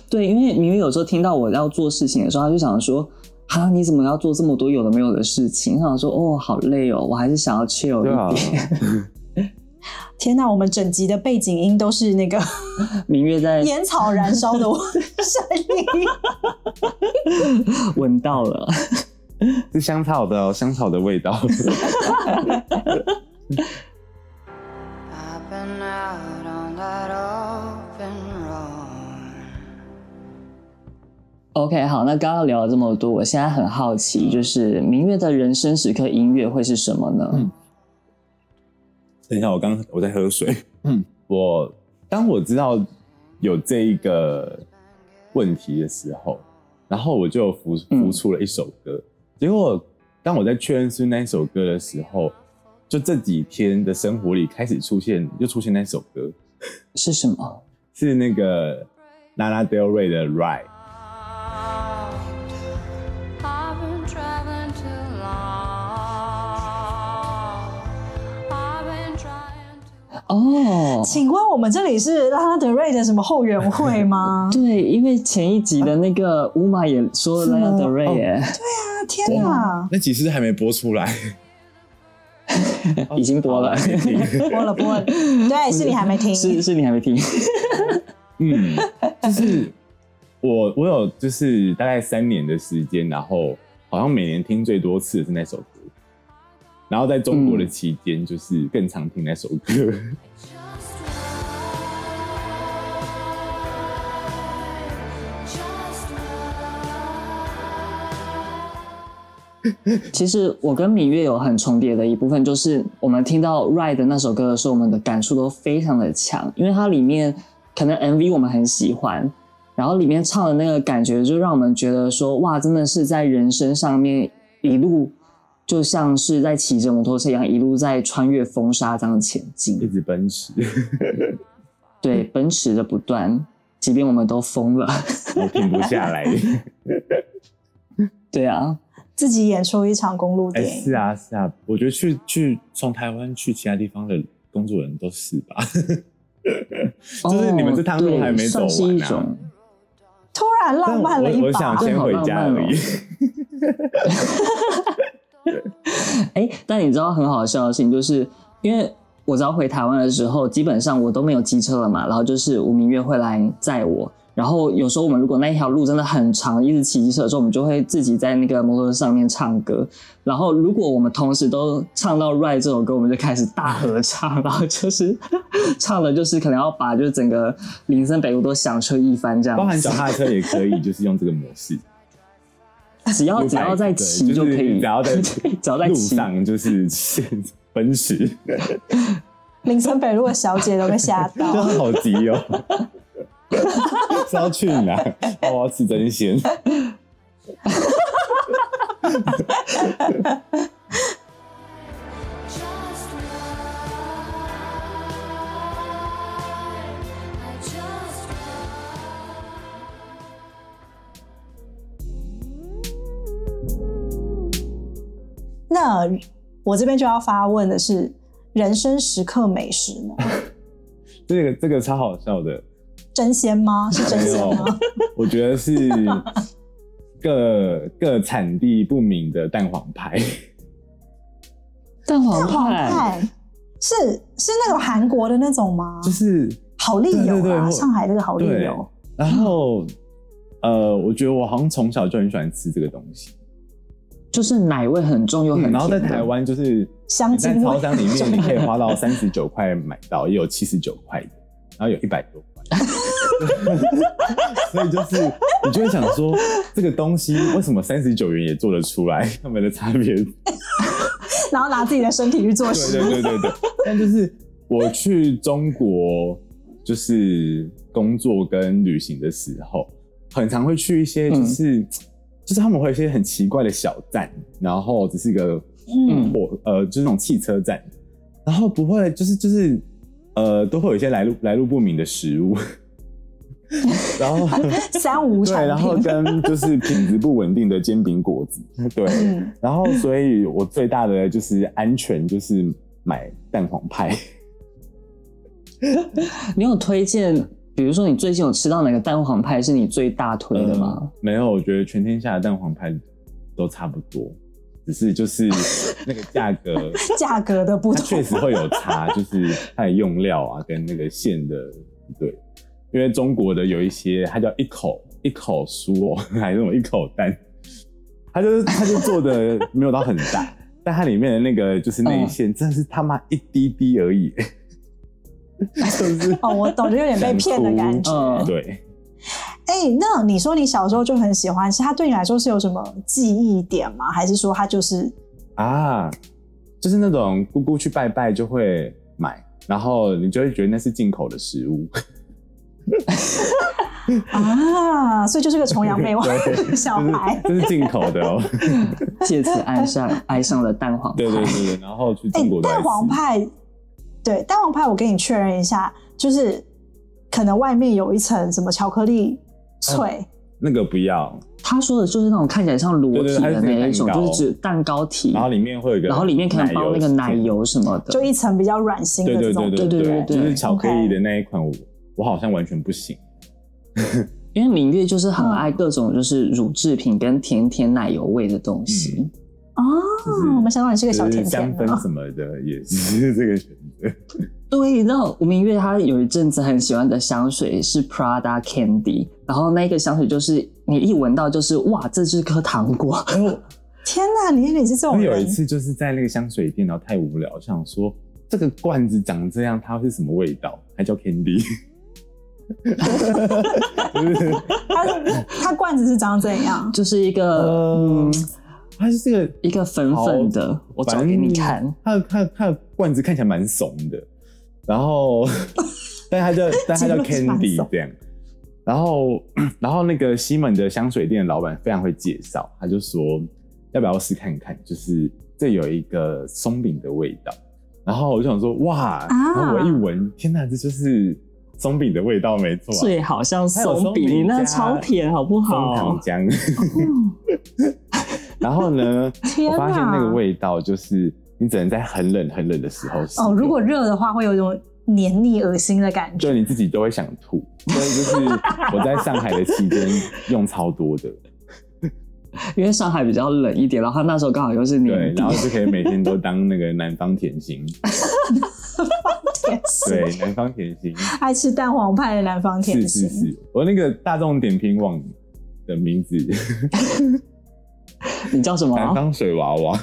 Speaker 1: 对，因为明明有时候听到我要做事情的时候，他就想说。啊！你怎么要做这么多有的没有的事情？他想说哦，好累哦，我还是想要 chill 一
Speaker 3: 对啊
Speaker 1: 点。
Speaker 2: 天哪，我们整集的背景音都是 那个
Speaker 1: 明月在
Speaker 2: 烟草燃烧的声音。
Speaker 1: 闻到了，
Speaker 3: 是香草的、哦、香草的味 道。
Speaker 4: I've been out on that open road.
Speaker 1: OK，好，那刚刚聊了这么多，我现在很好
Speaker 3: 嗯
Speaker 1: 奇，就是明月的人生时刻音乐会是什么呢？
Speaker 3: 嗯等一下，我刚我在喝水。嗯， 我当我知道有这一个问题的时候，然后我就浮
Speaker 1: 嗯
Speaker 3: 浮出了一首歌。结果当我在确认是那一首歌的时候，就这几天的生活里开始出现，又出现那首歌，
Speaker 1: 是什么？
Speaker 3: 是那个 Lana Del Rey 的《Ride》。
Speaker 4: I've been traveling too long. I've been trying to.
Speaker 1: 哦，？
Speaker 2: 请问我们这里是拉拉德瑞的什么后援会吗
Speaker 1: 对，因为前一集的那个乌玛也说
Speaker 3: 是
Speaker 1: 了
Speaker 3: 吗
Speaker 1: 要德瑞
Speaker 3: 哦
Speaker 1: 耶，
Speaker 2: 啊天哪！
Speaker 3: 那其实还没播出来，
Speaker 1: 已经播了
Speaker 3: 好没听
Speaker 2: 播了播了，对，是你还没听。
Speaker 1: 是是你还没听？
Speaker 3: 嗯，就是我我有就是大概三年的时间，然后好像每年听最多次的是那首歌，然后在中
Speaker 1: 嗯
Speaker 3: 国的期间就是更常听那首歌。
Speaker 4: Just ride, just ride.
Speaker 1: 其实我跟芈月有很重叠的一部分，就是我们听到《Ride》那首歌的时候，我们的感触都非常的强，因为它里面可能 MV 我们很喜欢，然后里面唱的那个感觉，就让我们觉得说，哇，真的是在人生上面一路就像是在骑着摩托车一样，一路在穿越风沙这样前
Speaker 3: 一
Speaker 1: 进。
Speaker 3: 直奔驰，
Speaker 1: 对，奔驰的不断，即便我们都疯了。
Speaker 3: 我停不下来。
Speaker 1: 对啊，
Speaker 2: 自己演出一场公路
Speaker 3: 哎、
Speaker 2: 电影，
Speaker 3: 是啊是啊，我觉得去去从台湾去其他地方的工作人都是吧，就是你们这趟路还没走
Speaker 1: 哦对算是一
Speaker 3: 完啊。
Speaker 1: 种
Speaker 2: 突然浪漫了
Speaker 3: 但
Speaker 2: 一
Speaker 3: 我我
Speaker 2: 把
Speaker 3: 想。先回家而
Speaker 1: 对好浪漫
Speaker 3: 已
Speaker 1: 哦。哎，但你知道很好笑的事情，就是因为我只要回台湾的时候，基本上我都没有机车了嘛，然后就是吴明月会来载我。然后有时候我们如果那一条路真的很长，一直骑机车的时候，我们就会自己在那个摩托车上面唱歌。然后如果我们同时都唱到《Ride》这首歌，我们就开始大合唱，然后就是 唱的就是可能要把就整个林森北路都响彻一番这样子，
Speaker 3: 包含脚踏车也可以，就是用这个模式。
Speaker 1: 只要
Speaker 3: 路
Speaker 1: 只
Speaker 3: 牌
Speaker 1: 要在
Speaker 3: 对
Speaker 1: 骑
Speaker 3: 就
Speaker 1: 可
Speaker 3: 是
Speaker 1: 以，
Speaker 3: 只要在
Speaker 1: 只要在
Speaker 3: 路
Speaker 1: 骑，
Speaker 3: 上就是 奔驰，
Speaker 2: 林森北路的小姐都被吓
Speaker 3: 就
Speaker 2: 到。
Speaker 3: 好急 哦、是要去哪？哦我要吃真鲜。
Speaker 4: Just ride, I just ride.
Speaker 2: 那我这边就要发问的是，人生时刻美食呢？
Speaker 3: 这个这个超好笑的，
Speaker 2: 真鲜吗？是真
Speaker 3: 没
Speaker 2: 鲜
Speaker 3: 有
Speaker 2: 吗？，
Speaker 3: 我觉得是各各产地不明的蛋黄派，
Speaker 1: 蛋黄
Speaker 2: 蛋黄
Speaker 1: 派。
Speaker 2: 派是是那种韩国的那种吗？
Speaker 3: 就是
Speaker 2: 好丽
Speaker 3: 对
Speaker 2: 友
Speaker 3: 对对
Speaker 2: 啊，
Speaker 3: 我
Speaker 2: 上海这个好丽
Speaker 3: 对
Speaker 2: 友，。
Speaker 3: 然后呃，我觉得我好像从小就很喜欢吃这个东西，
Speaker 1: 就是奶味很重又很、
Speaker 3: 嗯
Speaker 1: 甜
Speaker 3: 然后在
Speaker 1: 的
Speaker 3: 台，湾就是
Speaker 2: 香
Speaker 3: 你在
Speaker 2: 精味
Speaker 3: 超商里面，你可以花到三十九块买到，也有七十九块的，然后有一百多块， 所以就是你就会想说，这个东西为什么三十九元也做得出来？他们的差别？对
Speaker 2: 然后拿自己的身体去做实验。
Speaker 3: 对对对对。但就是我去中国就是工作跟旅行的时候，很常嗯会去一些就是、就是他们会有一些很奇怪的小站，然后只是一个
Speaker 2: 嗯
Speaker 3: 火呃，就是那种汽车站，然后不会就是就是呃，都会有一些来路来路不明的食物， 然后
Speaker 2: 三无
Speaker 3: 对，
Speaker 2: 产
Speaker 3: 然后
Speaker 2: 品，
Speaker 3: 跟就是品质不稳定的煎饼果子， 对，
Speaker 2: 嗯，
Speaker 3: 然后所以我最大的就是安全就是买蛋黄派，
Speaker 1: 你有推荐，比如说你最近有吃到哪个蛋黄派是你最大推的吗？
Speaker 3: 嗯没有，我觉得全天下的蛋黄派都差不多，只是就是那个价 格。
Speaker 2: 价格的不
Speaker 3: 它
Speaker 2: 同
Speaker 3: 啊确，实会有 差，就是它的用料啊，跟那个馅的对，因为中国的有一些，它叫一口一口酥哦， 还是什么一口蛋，它就是它就做的没有到很大，但它里面的那个就是
Speaker 2: 嗯
Speaker 3: 内馅，真的是他妈一滴滴而 已，就是
Speaker 2: 哦，我懂，就有点被骗的感 觉。
Speaker 1: 嗯
Speaker 3: 对，
Speaker 2: 哎、那你说你小时候就很喜欢吃，它对你来说是有什么记忆点吗？还是说它就是
Speaker 3: 啊，就是那种姑姑去拜拜就会买，然后你就会觉得那是进口的食物。
Speaker 2: 啊？所以就是个崇洋媚外的
Speaker 3: 对
Speaker 2: 小孩。
Speaker 3: 这是这是进口的哦。
Speaker 1: 借此爱上爱上了蛋黄派。
Speaker 3: 对对对，对然后去
Speaker 2: 哎、
Speaker 3: 中国都在
Speaker 2: 蛋
Speaker 3: 吃
Speaker 2: 黄派，对蛋黄派，我跟你确认一下，就是可能外面有一层什么巧克
Speaker 3: 嗯
Speaker 2: 力脆，
Speaker 3: 那个不要，
Speaker 1: 他说的就是那种看起来像裸体
Speaker 3: 对对对它
Speaker 1: 的
Speaker 3: 是那个
Speaker 1: 那一种，
Speaker 3: 蛋
Speaker 1: 就
Speaker 3: 糕
Speaker 1: 是指蛋糕体，
Speaker 3: 然后里面会有一
Speaker 1: 嗯
Speaker 3: 个，
Speaker 1: 然后里面可能包那个奶，油什么的
Speaker 2: 就。一层比较软心的这
Speaker 3: 对对
Speaker 2: 种。
Speaker 3: 对
Speaker 1: 对对
Speaker 3: 对
Speaker 1: 对对
Speaker 3: 就是巧克力的那一款，我我好像完全不行。
Speaker 1: 因为明月就是很爱各种就是乳制品跟甜甜奶油味的东
Speaker 3: 嗯
Speaker 1: 西。
Speaker 2: 哦，
Speaker 3: 就是
Speaker 2: 我没想到你是个小甜
Speaker 3: 就是
Speaker 2: 甜
Speaker 3: 香
Speaker 2: 的。
Speaker 1: 啊
Speaker 2: 哦
Speaker 3: 氛什么的也是这个选 择。
Speaker 1: 对，那吴明月她有一阵子很喜欢的香水是 Prada Candy，然后那个香水就是你一闻到就是哇，这是颗糖果。
Speaker 3: 然后
Speaker 2: 天哪，你你是这
Speaker 3: 我
Speaker 2: 种
Speaker 3: 有一
Speaker 2: 人，
Speaker 3: 次就是在那个香水店，然后太无聊，想说这个罐子长这样，它是什么味道？还叫 candy。就是
Speaker 2: 它它罐子是长怎样？
Speaker 1: 就是一个
Speaker 3: 呃
Speaker 1: 嗯，
Speaker 3: 它是这个
Speaker 1: 一个粉粉的
Speaker 3: 好，
Speaker 1: 我找给你看。。
Speaker 3: 反正它的它的它的罐子看起来蛮怂的，然后， 但它叫但它叫
Speaker 2: 真的是蛮
Speaker 3: Candy
Speaker 2: 怂
Speaker 3: 这样。然后， 然后那个西门的香水店的老板非常会介绍，他就说要不要试看看，就是这有一个松饼的味道。然后我就想说
Speaker 1: 啊
Speaker 3: 哇，然后我一闻，天哪，这就是松饼的味道，没错、啊，
Speaker 1: 最好像
Speaker 3: 还有
Speaker 1: 松饼，
Speaker 3: 松饼
Speaker 1: 你那
Speaker 3: 加
Speaker 1: 超甜好不
Speaker 3: 松
Speaker 1: 好
Speaker 3: 糖？浆。
Speaker 2: 嗯
Speaker 1: 哦
Speaker 3: 然后呢，
Speaker 2: 天
Speaker 3: 我发现那个
Speaker 2: 哪
Speaker 3: 味道就是你只能在很冷很冷的时候使
Speaker 2: 哦，如
Speaker 3: 用
Speaker 2: 果热的话，会有一种黏腻恶心的感 觉。
Speaker 3: 就你自己都会想 吐。所以就是我在上海的期间用超多的，
Speaker 2: 嗯
Speaker 1: 因为上海比较冷一点，然后他那时候刚好又是
Speaker 3: 对
Speaker 1: 年，底
Speaker 3: 然，后就可以每天都当那个南方 甜心，
Speaker 2: 甜心
Speaker 3: 对，南方甜心，
Speaker 2: 爱吃蛋黄派的南方甜
Speaker 3: 是
Speaker 2: 心
Speaker 3: 是，是，我那个大众点评网的名字
Speaker 1: 你叫什么？
Speaker 3: 南方水娃 娃，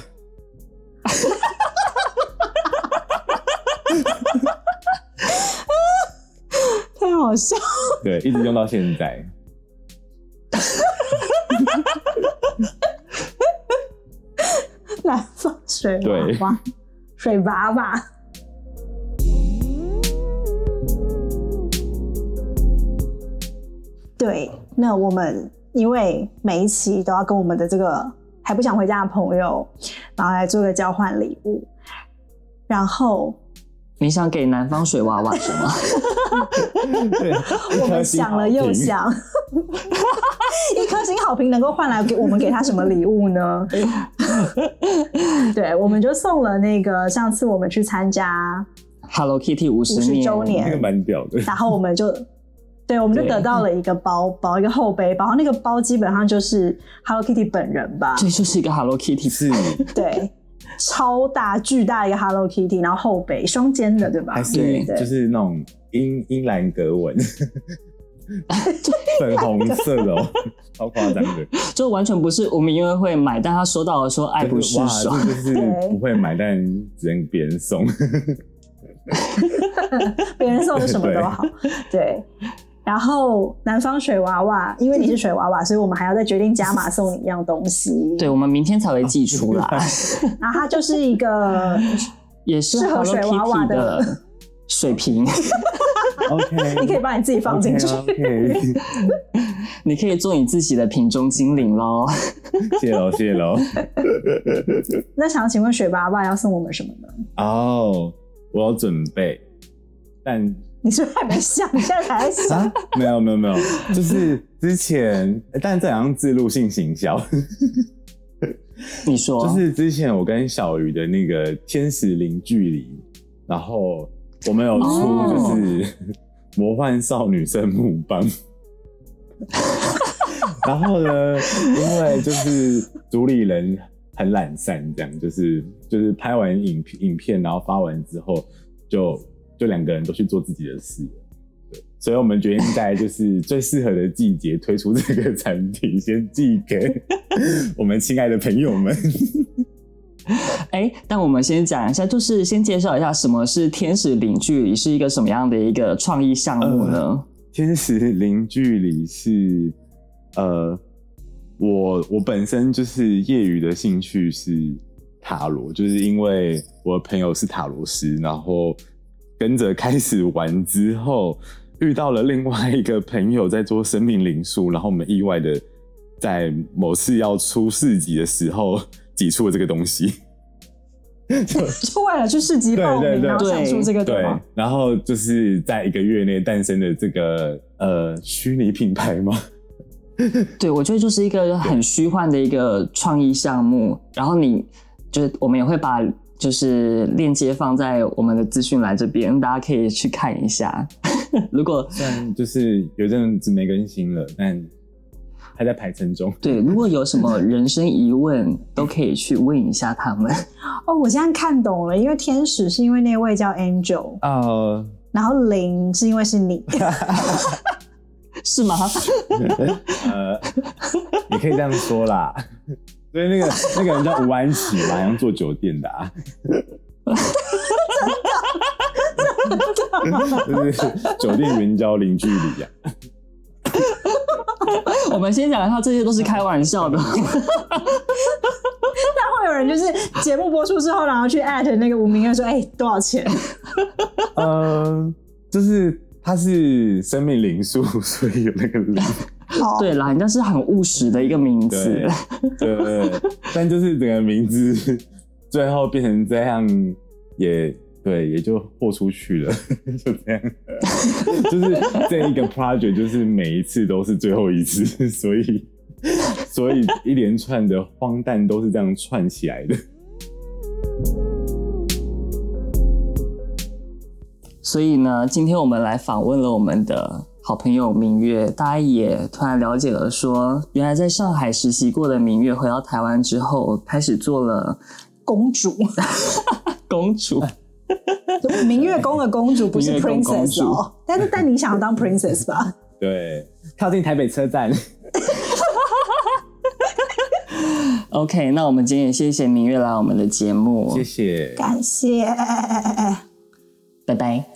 Speaker 2: 太好笑了。
Speaker 3: 对，一直用到现在。
Speaker 2: 南方水
Speaker 3: 对
Speaker 2: 娃娃，水娃娃。对，那我们因为每一期都要跟我们的这个还不想回家的朋友，然后来做个交换礼物，然后
Speaker 1: 你想给南方水娃娃什 么？
Speaker 3: 对，
Speaker 2: 我
Speaker 3: 一颗
Speaker 2: 们
Speaker 3: 星
Speaker 2: 想
Speaker 3: 好
Speaker 2: 了又
Speaker 3: 评，
Speaker 2: 想， 一颗星好评能够换来给我们给他什么礼物 呢？对，我们就送了那个上次我们去参加，
Speaker 1: Hello Kitty 五十
Speaker 2: 50周年
Speaker 3: 那个蛮屌 的，
Speaker 2: 然后我们就。对，我们就
Speaker 1: 对
Speaker 2: 得到了一个包包，一个后背包。那个包基本上就是 Hello Kitty 本人 吧？
Speaker 1: 这就是一个 Hello Kitty，
Speaker 3: 是
Speaker 2: 对，超大巨大的一个 Hello Kitty，然后后背双肩的，对吧？
Speaker 3: 还是
Speaker 2: 对
Speaker 3: 就
Speaker 2: 对
Speaker 3: 是那种英英兰格 纹，粉红色 的哦，超夸张的。
Speaker 1: 就完全不是我们因为会买，但他收到的时候爱不释手
Speaker 3: 哇，这就是不会买，但只能别人 送。
Speaker 2: 别人送的 什么都好，对。然后南方水娃娃，因为你是水娃娃，所以我们还要再决定加码送你一样东西。
Speaker 1: 对，我们明天才会寄出来，
Speaker 2: 然后它就是一 个，
Speaker 1: 也是
Speaker 2: 适合
Speaker 1: Hello
Speaker 2: 水娃娃
Speaker 1: Kitty
Speaker 2: 的
Speaker 1: 的水瓶。
Speaker 3: OK，
Speaker 2: 你可以把你自己放进去。
Speaker 3: OK，
Speaker 1: 你可以做你自己的瓶中精灵喽。
Speaker 3: 谢喽谢喽。
Speaker 2: 那想请问雪爸爸要送我们什么呢？
Speaker 3: 哦，我有准备，但
Speaker 2: 你是不是还没想，你现在才在想？
Speaker 3: 啊，没有没有没有，就是之前，但这好像自入性行销，
Speaker 1: 你说，
Speaker 3: 就是之前我跟小鱼的那个天使零距离，然后我们有出就是、魔幻少女圣母棒， 然后呢，因为就是主理人很懒散，这样就是就是拍完影影片，然后发完之后，就就两个人都去做自己的事了。对，所以我们决定在就是最适合的季节推出这个产品，先寄给我们亲爱的朋友们。
Speaker 1: 哎、但我们先讲一下，就是先介绍一下什么是天使零距离，是一个什么样的一个创意项目呢？
Speaker 3: 天使零距离是，呃，我我本身就是业余的兴趣是塔罗，就是因为我的朋友是塔罗师，然后跟着开始玩之后，遇到了另外一个朋友在做生命灵数，然后我们意外的在某次要出市集的时候挤出了这个东西。
Speaker 2: 就为了去市集报
Speaker 3: 对
Speaker 2: 名，
Speaker 3: 对对
Speaker 2: 然后想出这个
Speaker 3: 对
Speaker 2: 吗？，
Speaker 3: 然后就是在一个月内诞生的这个呃虚拟品牌吗？
Speaker 1: 对，我觉得就是一个很虚幻的一个创意项目。然后你就是我们也会把就是链接放在我们的资讯栏这边，大家可以去看一下。 如果
Speaker 3: 虽然就是有阵子没更新了，但还在排程中。
Speaker 1: 对，如果有什么人生疑问，都可以去问一下他们。
Speaker 2: 哦，我现在看懂了，因为天使是因为那位叫 Angel，
Speaker 3: 呃，
Speaker 2: 然后零是因为是你，
Speaker 1: 是吗？
Speaker 3: 呃，你可以这样说啦。 所以那个那个人叫吴安琪嘛，好像做酒店的啊。 就是酒店云霄零距离啊，
Speaker 1: 我们先讲一下，这些都是开玩笑的。
Speaker 2: 但会有人就是节目播出之后，然后去 at 那个吴明恩说，哎、多少钱？
Speaker 3: 呃，就是它是生命灵数，所以有那个灵。
Speaker 2: 好，
Speaker 1: 对啦，人家是很务实的一个名字
Speaker 3: 对。 对，但就是整个名字最后变成这样，也对，也就豁出去了，就这样。就是这一个 project，就是每一次都是最后一次，所以所以一连串的荒诞都是这样串起来的。
Speaker 1: 所以呢，今天我们来访问了我们的好朋友明月，大家也突然了解了说，原来在上海实习过的明月回到台湾之后，开始做了
Speaker 2: 公主，
Speaker 1: 公主。
Speaker 2: 明月宫的公主不是
Speaker 1: 明月宫公
Speaker 2: princess
Speaker 1: 主
Speaker 2: 哦，但是但你想要当 princess 吧？
Speaker 3: 对，靠近台北车站。
Speaker 1: OK，那我们今天也谢谢明月来我们的节目，
Speaker 3: 谢谢。
Speaker 2: 感谢。
Speaker 1: 拜拜。